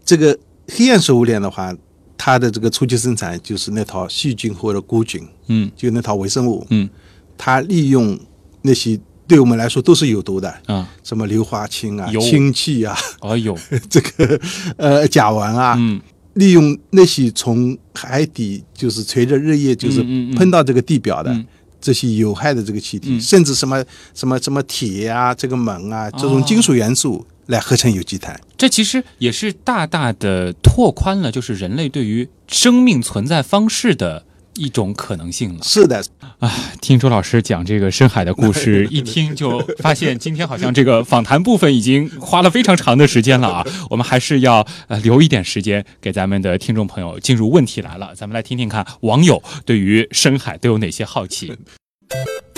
[SPEAKER 3] 这个黑暗食物链的话，它的这个初级生产就是那套细菌或者孤菌，
[SPEAKER 2] 嗯
[SPEAKER 3] 就那套微生物，
[SPEAKER 2] 嗯，
[SPEAKER 3] 它利用那些对我们来说都是有毒的，
[SPEAKER 2] 啊，
[SPEAKER 3] 什么硫化氢啊
[SPEAKER 2] 有、
[SPEAKER 3] 氢气啊， *laughs*
[SPEAKER 2] 哎呦，
[SPEAKER 3] 这个呃甲烷啊，
[SPEAKER 2] 嗯，
[SPEAKER 3] 利用那些从海底就是随着日夜就是
[SPEAKER 2] 嗯嗯嗯
[SPEAKER 3] 喷到这个地表的。
[SPEAKER 2] 嗯
[SPEAKER 3] 这些有害的这个气体，
[SPEAKER 2] 嗯
[SPEAKER 3] 甚至什么什么什么铁啊、这个锰啊这
[SPEAKER 2] 哦
[SPEAKER 3] 种金属元素来合成有机碳，
[SPEAKER 2] 这其实也是大大的拓宽了，就是人类对于生命存在方式的一种可能性了。
[SPEAKER 3] 是的，
[SPEAKER 2] *laughs*
[SPEAKER 3] *laughs*
[SPEAKER 2] 听周老师讲这个深海的故 *laughs* 事，一听就发现今天好像这个访谈部分已经花了非常长的时间了啊。 *laughs* 我们还是要呃留一点时间给咱们的听众朋友进入问题来了，咱们来听听看网友对于深海都有哪些好 *laughs* 奇。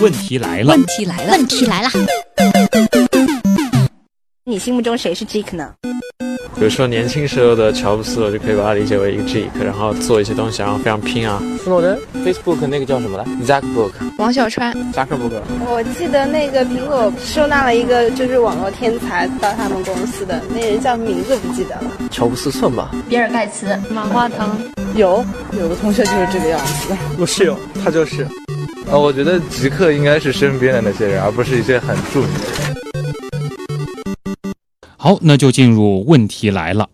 [SPEAKER 2] 问题来了，
[SPEAKER 4] 问题来了，问题来了。
[SPEAKER 5] 你心目中谁是 Jake 呢？
[SPEAKER 6] 比如说年轻时候的乔布斯，我就可以把它理解为一个 geek，然后做一些东西，然后非常拼啊。斯诺登，Facebook 那个叫什么来？Zackbook，
[SPEAKER 7] 王小川，
[SPEAKER 6] 扎克伯格。
[SPEAKER 8] 我记得那个苹果收纳了一个就是网络天才到他们公司的那人叫名字不记得了。
[SPEAKER 6] 乔布斯算吧，
[SPEAKER 7] 比尔盖茨，马化腾。
[SPEAKER 8] 有有个同学就是这个样子。
[SPEAKER 6] 我室友他就是。
[SPEAKER 9] 呃，我觉得极客应该是身边的那些人，而不是一些很著名的人。
[SPEAKER 2] 好，那就进入问题来了。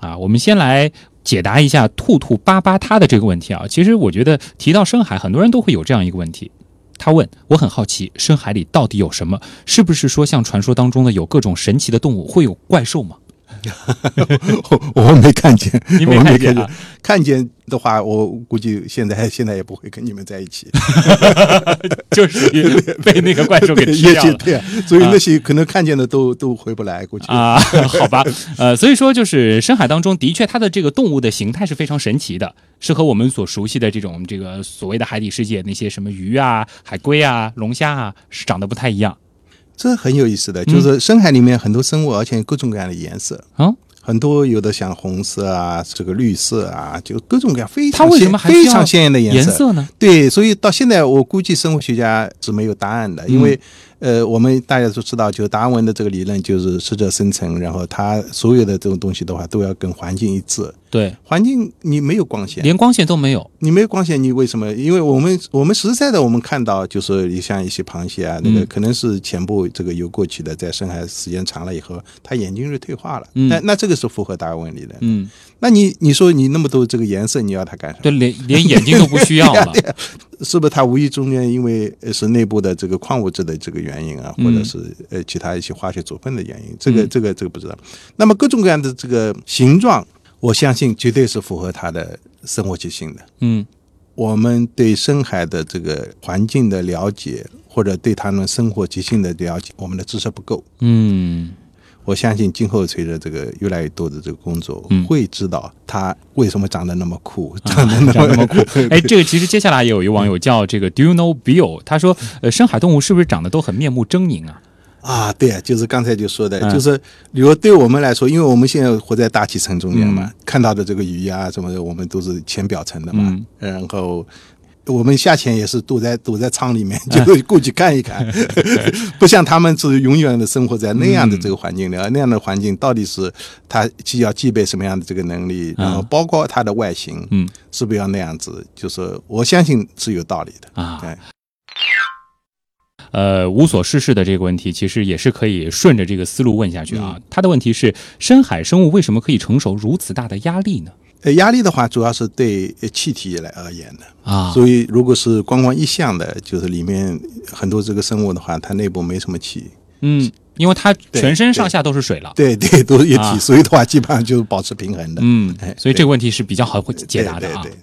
[SPEAKER 2] 啊，我们先来解答一下兔兔巴巴他的这个问题啊。其实我觉得提到深海，很多人都会有这样一个问题。他问我很好奇，深海里到底有什么？是不是说像传说当中的有各种神奇的动物，会有怪兽吗？
[SPEAKER 3] 我我没看见，
[SPEAKER 2] 你没
[SPEAKER 3] 我
[SPEAKER 2] 看
[SPEAKER 3] 没
[SPEAKER 2] 见
[SPEAKER 3] 看
[SPEAKER 2] 啊
[SPEAKER 3] 见，看见的话，我估计现在现在也不会跟你们在一起，
[SPEAKER 2] 就是被那个怪 *laughs* 兽给吃
[SPEAKER 3] *laughs* 也
[SPEAKER 2] 掉
[SPEAKER 3] 是
[SPEAKER 2] 了。
[SPEAKER 3] 对啊，所以那些可能看见的都都回不来，估计
[SPEAKER 2] *laughs* 啊，好吧，呃，所以说就是深海当中的确它的这个动物的形态是非常神奇的，是和我们所熟悉的这种这个所谓的海底世界那些什么鱼啊、海龟啊、龙虾啊是长得不太一样。
[SPEAKER 3] 这很有意思
[SPEAKER 2] 嗯
[SPEAKER 3] 的，就是深海里面很多生物，而且有各种各样的颜色。
[SPEAKER 2] 啊
[SPEAKER 3] 很多有的像红色啊，这个绿色啊，就各种各样非
[SPEAKER 2] 它
[SPEAKER 3] 常
[SPEAKER 2] 为什
[SPEAKER 3] 鲜
[SPEAKER 2] 么还需要
[SPEAKER 3] 非常鲜艳的
[SPEAKER 2] 颜
[SPEAKER 3] 色
[SPEAKER 2] 色呢？
[SPEAKER 3] 对，所以到现在我估计生物学家是没有答案
[SPEAKER 2] 嗯
[SPEAKER 3] 的，因为、呃，我们大家都知道，就是达尔文的这个理论就是适者生存，然后它所有的这种东西的话，都要跟环境一致。
[SPEAKER 2] 对，
[SPEAKER 3] 环境你没有光线，
[SPEAKER 2] 连光线都没有。
[SPEAKER 3] 你没有光线，你为什么？因为我们我们实在的，我们看到就是像一些螃蟹啊，那个
[SPEAKER 2] 嗯
[SPEAKER 3] 可能是前部这个游过去的，在深海时间长了以后，它眼睛就退化了。
[SPEAKER 2] 嗯
[SPEAKER 3] 那那这个是符合达尔文理论。
[SPEAKER 2] 嗯，
[SPEAKER 3] 那你你说你那么多这个颜色，你要它干什么？
[SPEAKER 2] 对，连连眼睛都不需要
[SPEAKER 3] *laughs*
[SPEAKER 2] 了。
[SPEAKER 3] 是不是它无意中间因为呃是内部的这个矿物质的这个原因啊，
[SPEAKER 2] 嗯
[SPEAKER 3] 或者是呃其他一些化学组分的原因？这个
[SPEAKER 2] 嗯
[SPEAKER 3] 这个这个不知道。那么各种各样的这个形状，我相信绝对是符合它的生活习性的。
[SPEAKER 2] 嗯
[SPEAKER 3] 我们对深海的这个环境的了解，或者对他们生活习性的了解，我们的知识不够。
[SPEAKER 2] 嗯
[SPEAKER 3] 我相信今后随着这个越来越多的这个工作，
[SPEAKER 2] 嗯啊
[SPEAKER 3] 会知道它为什么长得那么酷，长得
[SPEAKER 2] 长
[SPEAKER 3] *laughs* 那
[SPEAKER 2] 那么
[SPEAKER 3] *laughs* 么
[SPEAKER 2] 酷。哎，这个其实接下来也有一网友叫这个 Do you know Bill？他说，呃，深海动物是不是长得都很面目狰狞啊？
[SPEAKER 3] 啊！对啊，就是刚才就说的，
[SPEAKER 2] 嗯
[SPEAKER 3] 就是比如对我们来说，因为我们现在活在大气层中间嘛，
[SPEAKER 2] 嗯
[SPEAKER 3] 看到的这个鱼啊什么的，我们都是浅表层的嘛，呃
[SPEAKER 2] 嗯
[SPEAKER 3] 然后。我们下潜也是躲在躲在舱里面， *laughs* 就是过去看一看，
[SPEAKER 2] *laughs*
[SPEAKER 3] 不像他们是永远的生活在那样
[SPEAKER 2] 嗯
[SPEAKER 3] 的这个环境里，而啊那样的环境到底是它既要具备什么样的这个能力，然后包括它的外形，
[SPEAKER 2] 嗯，
[SPEAKER 3] 是不是要那样子？就是我相信是有道理的。
[SPEAKER 2] 啊，
[SPEAKER 3] 对，
[SPEAKER 2] 呃，无所事事的这个问题，其实也是可以顺着这个思路问下去
[SPEAKER 3] 嗯
[SPEAKER 2] 啊。他的问题是，深海生物为什么可以承受如此大的压力呢？
[SPEAKER 3] 呃，压力的话主要是对呃气体来而言的。
[SPEAKER 2] 啊，
[SPEAKER 3] 所以，如果是光光一项的，就是里面很多这个生物的话，它内部没什么气，
[SPEAKER 2] 嗯，因为它
[SPEAKER 3] 对
[SPEAKER 2] 全身上下都是水了。
[SPEAKER 3] 对 *laughs* 对，都是液体，
[SPEAKER 2] 啊
[SPEAKER 3] 所以的话，基本上就是保持平衡的。
[SPEAKER 2] 嗯
[SPEAKER 3] 哎，
[SPEAKER 2] 所以这个问题是比较好解答的啊。
[SPEAKER 3] 对对对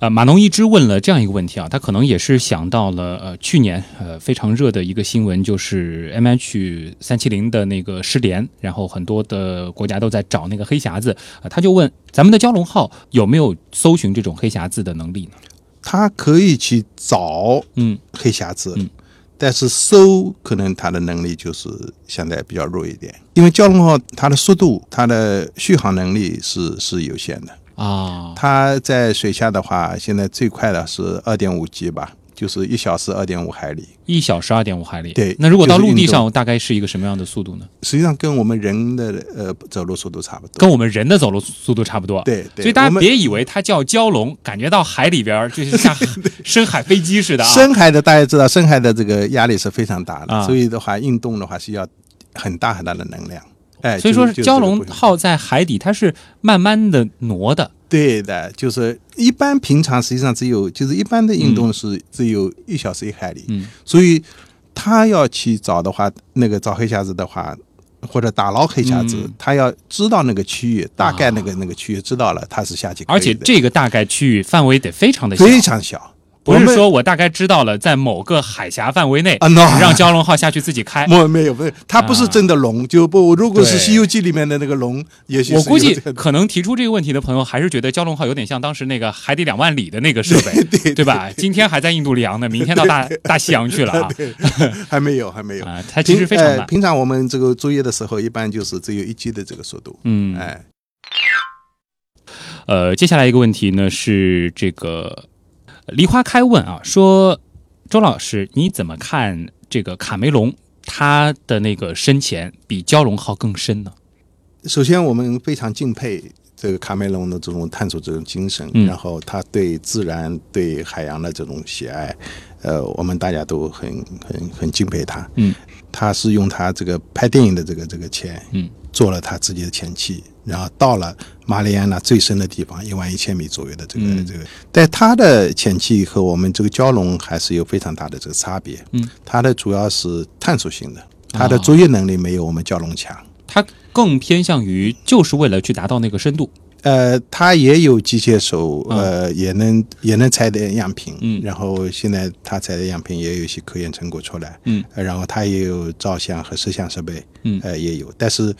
[SPEAKER 2] 呃，马农一之问了这样一个问题啊，他可能也是想到了呃去年呃非常热的一个新闻，就是 M H 三七零的那个失联，然后很多的国家都在找那个黑匣子，呃、他就问咱们的蛟龙号有没有搜寻这种黑匣子的能力呢？
[SPEAKER 3] 它可以去找
[SPEAKER 2] 嗯
[SPEAKER 3] 黑匣子，
[SPEAKER 2] 嗯
[SPEAKER 3] 但是搜可能它的能力就是相对比较弱一点，因为蛟龙号它的速度、它的续航能力是是有限的。
[SPEAKER 2] 啊，
[SPEAKER 3] 它在水下的话，现在最快的是二点五 G 吧，就是一小时二点五海里。
[SPEAKER 2] 一小时二点五海里。
[SPEAKER 3] 对
[SPEAKER 2] 那如果到
[SPEAKER 3] 就是
[SPEAKER 2] 陆地
[SPEAKER 3] 运动
[SPEAKER 2] 上，大概是一个什么样的速度呢？
[SPEAKER 3] 实际上跟我们人的呃走路速度差不多。
[SPEAKER 2] 跟我们人的走路速度差不多。。
[SPEAKER 3] 对对，
[SPEAKER 2] 所以大
[SPEAKER 3] 我
[SPEAKER 2] 家
[SPEAKER 3] 们
[SPEAKER 2] 别以为它叫蛟龙，感觉到海里边儿就是
[SPEAKER 3] *laughs*
[SPEAKER 2] 像深海飞机似的啊。
[SPEAKER 3] 深海的大家知道，深海的这个压力是非常大的，
[SPEAKER 2] 啊
[SPEAKER 3] 所以的话运动的话是要很大很大的能量。哎，
[SPEAKER 2] 哦所以
[SPEAKER 3] 就
[SPEAKER 2] 说
[SPEAKER 3] 是就是
[SPEAKER 2] 蛟龙
[SPEAKER 3] 不行
[SPEAKER 2] 号在海底，它是慢慢的挪的，
[SPEAKER 3] 对的，就是一般平常实际上只有就是一般的运动是只有一小时一海里，
[SPEAKER 2] 嗯
[SPEAKER 3] 所以他要去找的话，那个找黑匣子的话，或者打捞黑匣子，
[SPEAKER 2] 嗯啊
[SPEAKER 3] 他要知道那个区域，大概那个、那个区域知道了，他是下去可以的，
[SPEAKER 2] 而且这个大概区域范围得非常的小，
[SPEAKER 3] 非常小，
[SPEAKER 2] 不
[SPEAKER 3] 我
[SPEAKER 2] 是
[SPEAKER 3] 们
[SPEAKER 2] 说我大概知道了在某个海峡范围内
[SPEAKER 3] 啊，no
[SPEAKER 2] 让蛟龙号下去自己开。
[SPEAKER 3] 没没有没有，它不是真的龙，就不如果
[SPEAKER 2] 哎啊
[SPEAKER 3] 是
[SPEAKER 2] 对
[SPEAKER 3] 《西游记》里面的那个龙，也许是
[SPEAKER 2] 我估计
[SPEAKER 3] 有这个
[SPEAKER 2] 可能提出这个问题的朋友，还是觉得蛟龙号有点像当时那个海底两万里的那个设
[SPEAKER 3] *laughs*
[SPEAKER 2] 备，对吧？今天还在印度洋呢，明天到大大西洋去了啊！
[SPEAKER 3] 还没有还没有。
[SPEAKER 2] 啊，它其实非常
[SPEAKER 3] 平,、
[SPEAKER 2] 慢
[SPEAKER 3] 呃、。平常我们这个作业的时候，一般就是只有一 G 的这个速度。
[SPEAKER 2] 嗯，
[SPEAKER 3] 哎，
[SPEAKER 2] 呃，接下来一个问题呢是这个呃梨花开问啊，说周老师你怎么看这个卡梅隆他的那个深潜比蛟龙号更深呢？
[SPEAKER 3] 首先我们非常敬佩这个卡梅隆的这种探索这种精神，
[SPEAKER 2] 嗯
[SPEAKER 3] 然后他对自然、对海洋的这种喜爱，呃，我们大家都很很很敬佩他。
[SPEAKER 2] 嗯，
[SPEAKER 3] 他是用他这个拍电影的这个这个钱，
[SPEAKER 2] 嗯，
[SPEAKER 3] 做了他自己的前期，然后到了马里亚纳最深的地方一万一千米左右的这个、
[SPEAKER 2] 嗯
[SPEAKER 3] 这个，但他的前期和我们这个蛟龙还是有非常大的这个差别。
[SPEAKER 2] 嗯，
[SPEAKER 3] 他的主要是探索性的，他
[SPEAKER 2] 啊
[SPEAKER 3] 的作业能力没有我们蛟龙强。
[SPEAKER 2] 他更偏向于就是为了去达到那个深度。
[SPEAKER 3] 呃，他也有机械手，
[SPEAKER 2] 嗯
[SPEAKER 3] 呃，也能也能采点样品，
[SPEAKER 2] 嗯
[SPEAKER 3] 然后现在他采的样品也有一些科研成果出来，
[SPEAKER 2] 嗯
[SPEAKER 3] 呃，然后他也有照相和摄像设备，
[SPEAKER 2] 嗯
[SPEAKER 3] 呃，也有，但是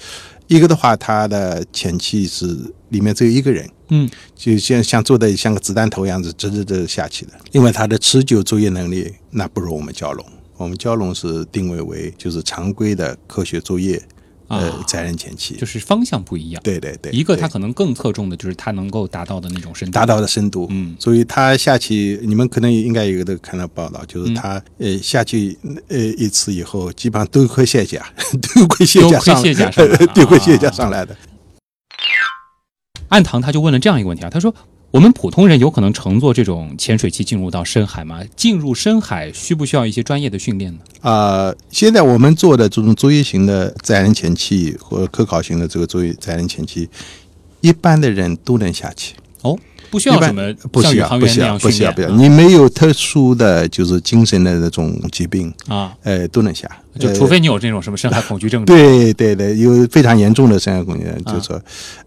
[SPEAKER 3] 一个的话，他的前期是里面只有一个人，
[SPEAKER 2] 嗯，
[SPEAKER 3] 就像像做的像个子弹头一样子，直直的下去的，因为他的持久作业能力那不如我们蛟龙，我们蛟龙是定位为就是常规的科学作业，呃
[SPEAKER 2] 啊，
[SPEAKER 3] 载人前期，
[SPEAKER 2] 就是方向不一样。
[SPEAKER 3] 对对对，
[SPEAKER 2] 一个
[SPEAKER 3] 对
[SPEAKER 2] 他可能更侧重的就是他能够达到的那种深度。
[SPEAKER 3] 达到的深度，
[SPEAKER 2] 嗯
[SPEAKER 3] 所以他下去，你们可能也应该有一个看到报道，
[SPEAKER 2] 嗯
[SPEAKER 3] 就是他、呃下去呃一次以后，基本上都盔卸甲， *laughs* 都盔卸甲上
[SPEAKER 2] 都盔卸甲上来了
[SPEAKER 3] *laughs* 都盔卸甲上来的。
[SPEAKER 2] 暗堂他就问了这样一个问题啊，他说：“我们普通人有可能乘坐这种潜水器进入到深海吗？进入深海需不需要一些专业的训练呢啊
[SPEAKER 3] 呃，现在我们做的这种作业型的载人潜器或科考型的这个作业载人潜器，一般的人都能下去。？”
[SPEAKER 2] 哦，不需
[SPEAKER 3] 一
[SPEAKER 2] 要
[SPEAKER 3] 般
[SPEAKER 2] 什么
[SPEAKER 3] 不
[SPEAKER 2] 像
[SPEAKER 3] 需
[SPEAKER 2] 宇
[SPEAKER 3] 要
[SPEAKER 2] 航
[SPEAKER 3] 不
[SPEAKER 2] 员
[SPEAKER 3] 需
[SPEAKER 2] 那
[SPEAKER 3] 要
[SPEAKER 2] 样
[SPEAKER 3] 不
[SPEAKER 2] 训
[SPEAKER 3] 需要
[SPEAKER 2] 练啊嗯
[SPEAKER 3] 不需要，你没有特殊的就是精神的那种疾病，
[SPEAKER 2] 啊，
[SPEAKER 3] 呃，都能下。
[SPEAKER 2] 就
[SPEAKER 3] 呃
[SPEAKER 2] 除非你有这种什么深海恐惧
[SPEAKER 3] 嗯
[SPEAKER 2] 症。
[SPEAKER 3] 对对对，有非常严重的生涯恐惧症，
[SPEAKER 2] 啊
[SPEAKER 3] 就是说，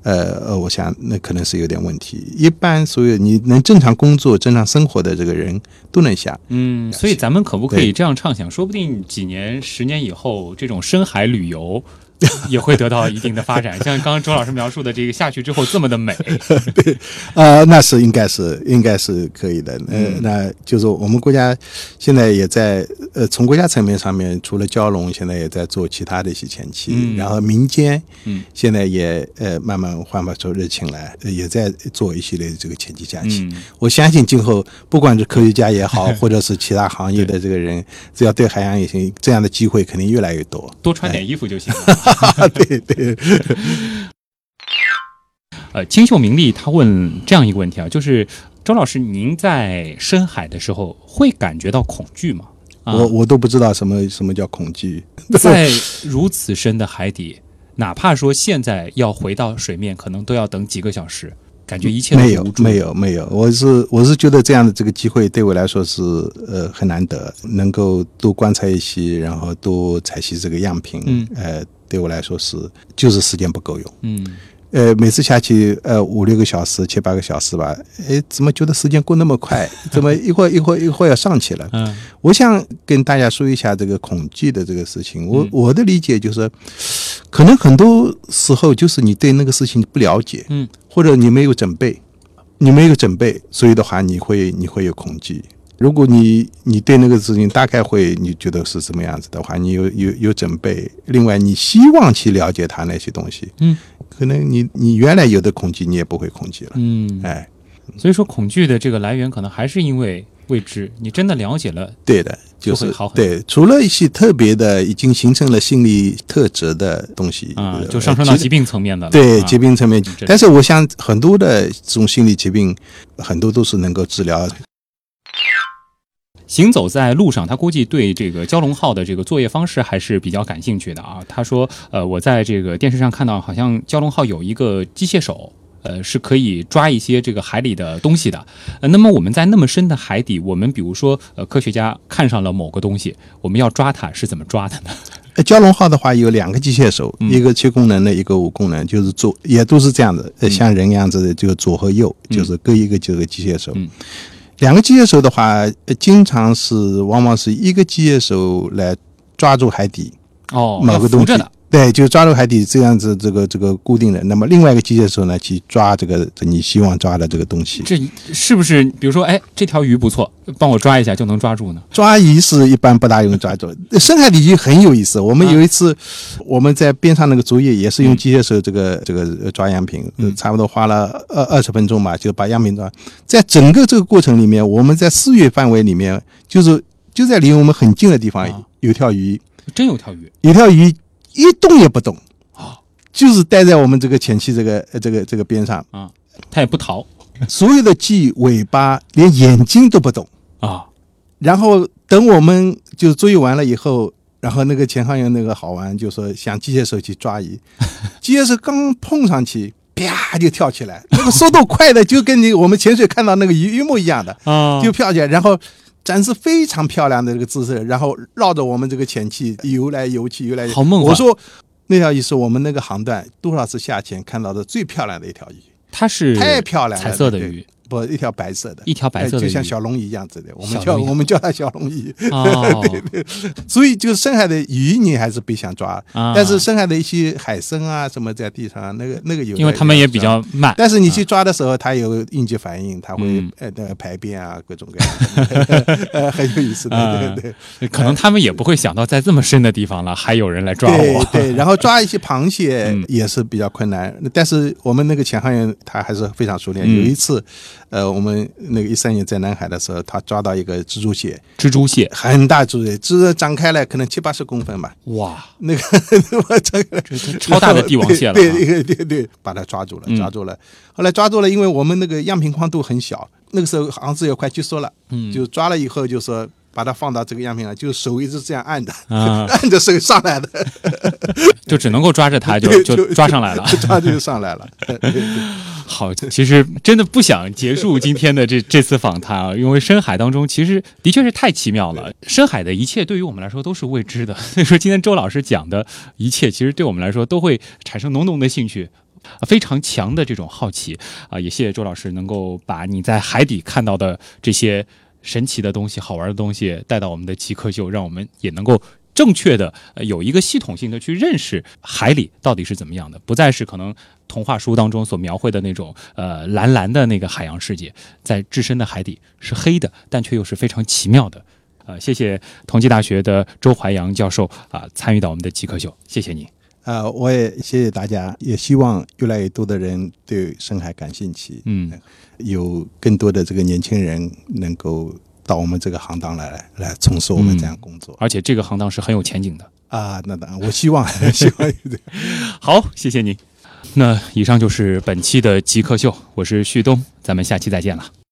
[SPEAKER 3] 呃呃，我想那可能是有点问题。一般所有你能正常工作、正常生活的这个人都能下。
[SPEAKER 2] 嗯，所以咱们可不可以
[SPEAKER 3] 对
[SPEAKER 2] 这样畅想？说不定几年、十年以后，这种深海旅
[SPEAKER 3] *laughs*
[SPEAKER 2] 游也会得到一定的发展。像刚刚周老师描述的这个下去之后这么的
[SPEAKER 3] *laughs*
[SPEAKER 2] 美，
[SPEAKER 3] 嗯呃，那是应该是应该是可以的。呃，那就是我们国家现在也在呃，从国家层面上面，除了蛟龙，现在也在做其他的一些前期，
[SPEAKER 2] 嗯
[SPEAKER 3] 然后民间，
[SPEAKER 2] 嗯，
[SPEAKER 3] 现在也呃慢慢焕发出热情来，呃也在做一系列的这个前期假期。
[SPEAKER 2] 嗯
[SPEAKER 3] 我相信今后不管是科学家也
[SPEAKER 2] *laughs*
[SPEAKER 3] 好，或者是其他行业的这个人，只要对海洋有兴趣，这样的机会肯定越来越
[SPEAKER 2] *laughs*
[SPEAKER 3] 多。
[SPEAKER 2] 多穿
[SPEAKER 3] 哎
[SPEAKER 2] 点衣服就行了。
[SPEAKER 3] 对对，
[SPEAKER 2] 呃，清秀明丽他问这样一个问题啊，就是周老师，您在深海的时候会感觉到恐惧吗？啊、
[SPEAKER 3] 我我都不知道什么什么叫恐惧。
[SPEAKER 2] 在如此深的海底，哪怕说现在要回到水面，可能都要等几个小时，感觉一切都
[SPEAKER 3] 没
[SPEAKER 2] 是
[SPEAKER 3] 有
[SPEAKER 2] 无助的
[SPEAKER 3] 没有没有，我是我是觉得这样的这个机会对我来说是呃很难得，能够多观察一些，然后多采集这个样品，
[SPEAKER 2] 嗯
[SPEAKER 3] 呃，对我来说是就是时间不够用。
[SPEAKER 2] 嗯
[SPEAKER 3] 呃，每次下去呃五六个小时、七八个小时吧，哎，怎么觉得时间过那么快？怎么一会儿一会儿一会儿要上去了？
[SPEAKER 2] 嗯
[SPEAKER 3] 我想跟大家说一下这个恐惧的这个事情。我
[SPEAKER 2] 嗯
[SPEAKER 3] 我的理解就是，可能很多时候就是你对那个事情不了解，
[SPEAKER 2] 嗯，
[SPEAKER 3] 或者你没有准备，你没有准备，所以的话你会你会有恐惧。如果你你对那个事情大概会你觉得是什么样子的话，你有有有准备，另外你希望去了解它那些东西，
[SPEAKER 2] 嗯，
[SPEAKER 3] 可能你你原来有的恐惧你也不会恐惧了，
[SPEAKER 2] 嗯，
[SPEAKER 3] 哎，
[SPEAKER 2] 所以说恐惧的这个来源可能还是因为位置，你真的了解了，
[SPEAKER 3] 对的，就
[SPEAKER 2] 就会
[SPEAKER 3] 是
[SPEAKER 2] 好很多
[SPEAKER 3] 对，除了一些特别的已经形成了心理特质的东西
[SPEAKER 2] 啊、
[SPEAKER 3] 呃
[SPEAKER 2] 就上升到
[SPEAKER 3] 其
[SPEAKER 2] 疾病层面的了。
[SPEAKER 3] 对
[SPEAKER 2] 啊
[SPEAKER 3] 疾病层面
[SPEAKER 2] 这，
[SPEAKER 3] 但是我想很多的这种心理疾病，很多都是能够治疗。
[SPEAKER 2] 行走在路上，他估计对这个蛟龙号的这个作业方式还是比较感兴趣的啊。他说，呃，我在这个电视上看到，好像蛟龙号有一个机械手。呃，是可以抓一些这个海里的东西的。呃，那么我们在那么深的海底，我们比如说，呃，科学家看上了某个东西，我们要抓它是怎么抓
[SPEAKER 3] *laughs*
[SPEAKER 2] 的呢？
[SPEAKER 3] 呃蛟龙号的话有两个机械手，
[SPEAKER 2] 嗯
[SPEAKER 3] 一个七功能的，一个五功能，就是左也都是这样的，
[SPEAKER 2] 嗯
[SPEAKER 3] 呃像人一样子的，就左和右，
[SPEAKER 2] 嗯
[SPEAKER 3] 就是各一个就是个机械手。
[SPEAKER 2] 嗯
[SPEAKER 3] 两个机械手的话，呃经常是往往是一个机械手来抓住海底
[SPEAKER 2] 哦，
[SPEAKER 3] 某个
[SPEAKER 2] 要浮
[SPEAKER 3] 东西
[SPEAKER 2] 着的，
[SPEAKER 3] 对，就抓住海底这样子，这个这个固定的。那么另外一个机械手呢，去抓这个你希望抓的这个东西。
[SPEAKER 2] 这是不是？比如说，哎，这条鱼不错，帮我抓一下就能抓住呢？
[SPEAKER 3] 抓鱼是一般不大用抓住，深海鲤鱼很有意思。我们
[SPEAKER 2] 啊
[SPEAKER 3] 有一次，我们在边上那个竹叶也是用
[SPEAKER 2] 嗯
[SPEAKER 3] 机械手这个、这个抓样品，
[SPEAKER 2] 嗯
[SPEAKER 3] 差不多花了二二十分钟吧，就把样品呃抓。在整个这个过程里面，我们在四月范围里面，就是就在离我们很近的地方、
[SPEAKER 2] 啊
[SPEAKER 3] 有条鱼，
[SPEAKER 2] 真有条鱼，
[SPEAKER 3] 有条鱼一动也不动，就是待在我们这个前期这个呃这个这个边上，
[SPEAKER 2] 它也不逃
[SPEAKER 3] 所有的鲫尾巴连眼睛都不动。
[SPEAKER 2] 啊，
[SPEAKER 3] 然后等我们就作业完了以后，然后那个前航员那个好玩，就说想机械手去
[SPEAKER 2] *laughs*
[SPEAKER 3] 抓鱼，机械手刚碰上去，啪就跳起来，那个速度快的就跟你我们潜水看到那个鱼一模一样的，
[SPEAKER 2] 啊
[SPEAKER 3] 就跳起来，然后。展示非常漂亮的这个姿势，然后绕着我们这个潜器游来游去，游来游去。
[SPEAKER 2] 好梦幻
[SPEAKER 3] 我说，那条鱼是我们那个航段多少次下潜看到的最漂亮的一条鱼，
[SPEAKER 2] 它是
[SPEAKER 3] 太漂亮了。
[SPEAKER 2] 彩色的
[SPEAKER 3] 对
[SPEAKER 2] 鱼，，
[SPEAKER 3] 不，一条白色的，
[SPEAKER 2] 一条白色
[SPEAKER 3] 哎
[SPEAKER 2] 的
[SPEAKER 3] 就像
[SPEAKER 2] 鱼。
[SPEAKER 3] 小龙鱼一样子的，我们
[SPEAKER 2] 小
[SPEAKER 3] 叫 *laughs*
[SPEAKER 2] 龙鱼
[SPEAKER 3] 我们叫它小龙鱼。
[SPEAKER 2] 哦，
[SPEAKER 3] 所以就是深海的鱼，你还是别想抓。
[SPEAKER 2] 啊
[SPEAKER 3] 但是深海的一些海参啊，什么在地上啊，那个那个有，
[SPEAKER 2] 因为他们也比。较慢。
[SPEAKER 3] 但是你去抓的时候，它有应激反应，它会、
[SPEAKER 2] 嗯
[SPEAKER 3] 呃那个排便啊，各种各样的， *laughs* 呃很有意思的，
[SPEAKER 2] 啊
[SPEAKER 3] 对对对
[SPEAKER 2] 可能他们也不会想到在这么深的地方了，还有人来抓
[SPEAKER 3] 对
[SPEAKER 2] 我。
[SPEAKER 3] 对。然后抓一些螃蟹
[SPEAKER 2] 嗯
[SPEAKER 3] 也是比较困难，但是我们那个潜航员他还是非常熟练。
[SPEAKER 2] 嗯
[SPEAKER 3] 有一次，呃，我们那个一三年在南海的时候，他抓到一个蜘蛛蟹，
[SPEAKER 2] 蜘蛛
[SPEAKER 3] *laughs*
[SPEAKER 2] 蟹，
[SPEAKER 3] 很大只的，只张开来可能七八十公分吧。
[SPEAKER 2] 哇，
[SPEAKER 3] 那个我这个
[SPEAKER 2] 超大的帝王蟹了啊。
[SPEAKER 3] 对对对对对，把它抓住
[SPEAKER 2] 嗯
[SPEAKER 3] 了，抓住了。后来抓住了，因为我们那个样品宽度很小，那个时候航制也快结束了，
[SPEAKER 2] 嗯
[SPEAKER 3] 就抓了以后就说把它放到这个样品上，就手一直这样按的，
[SPEAKER 2] 啊，
[SPEAKER 3] 按着手上来的，
[SPEAKER 2] 就只能够抓着它， *laughs* 就
[SPEAKER 3] 对
[SPEAKER 2] 就
[SPEAKER 3] 就
[SPEAKER 2] 抓上来了。
[SPEAKER 3] *laughs* 抓就上来了。对对对
[SPEAKER 2] 好，其实真的不想结束今天的这这次访谈啊，因为深海当中其实的确是太奇妙了，深海的一切对于我们来说都是未知的， *laughs* 所以说今天周老师讲的一切，其实对我们来说都会产生浓浓的兴趣。啊非常强的这种好奇啊，也谢谢周老师能够把你在海底看到的这些神奇的东西、好玩的东西带到我们的极客秀，让我们也能够正确的、呃有一个系统性的去认识海里到底是怎么样的，不再是可能童话书当中所描绘的那种呃蓝蓝的那个海洋世界，在置身的海底是黑的，但却又是非常奇妙的。呃，谢谢同济大学的周怀阳教授啊、参与到我们的极客秀，谢谢你。
[SPEAKER 3] 啊，我也谢谢大家，也希望越来越多的人对深海感兴趣，
[SPEAKER 2] 嗯，
[SPEAKER 3] 有更多的这个年轻人能够到我们这个行当来来从事我们这样工作。
[SPEAKER 2] 而且这个行当是很有前景的。
[SPEAKER 3] 啊，那当然，我希望， *laughs* 希望有这
[SPEAKER 2] 好，谢谢你。那以上就是本期的极客秀，我是旭东，咱们下期再见了。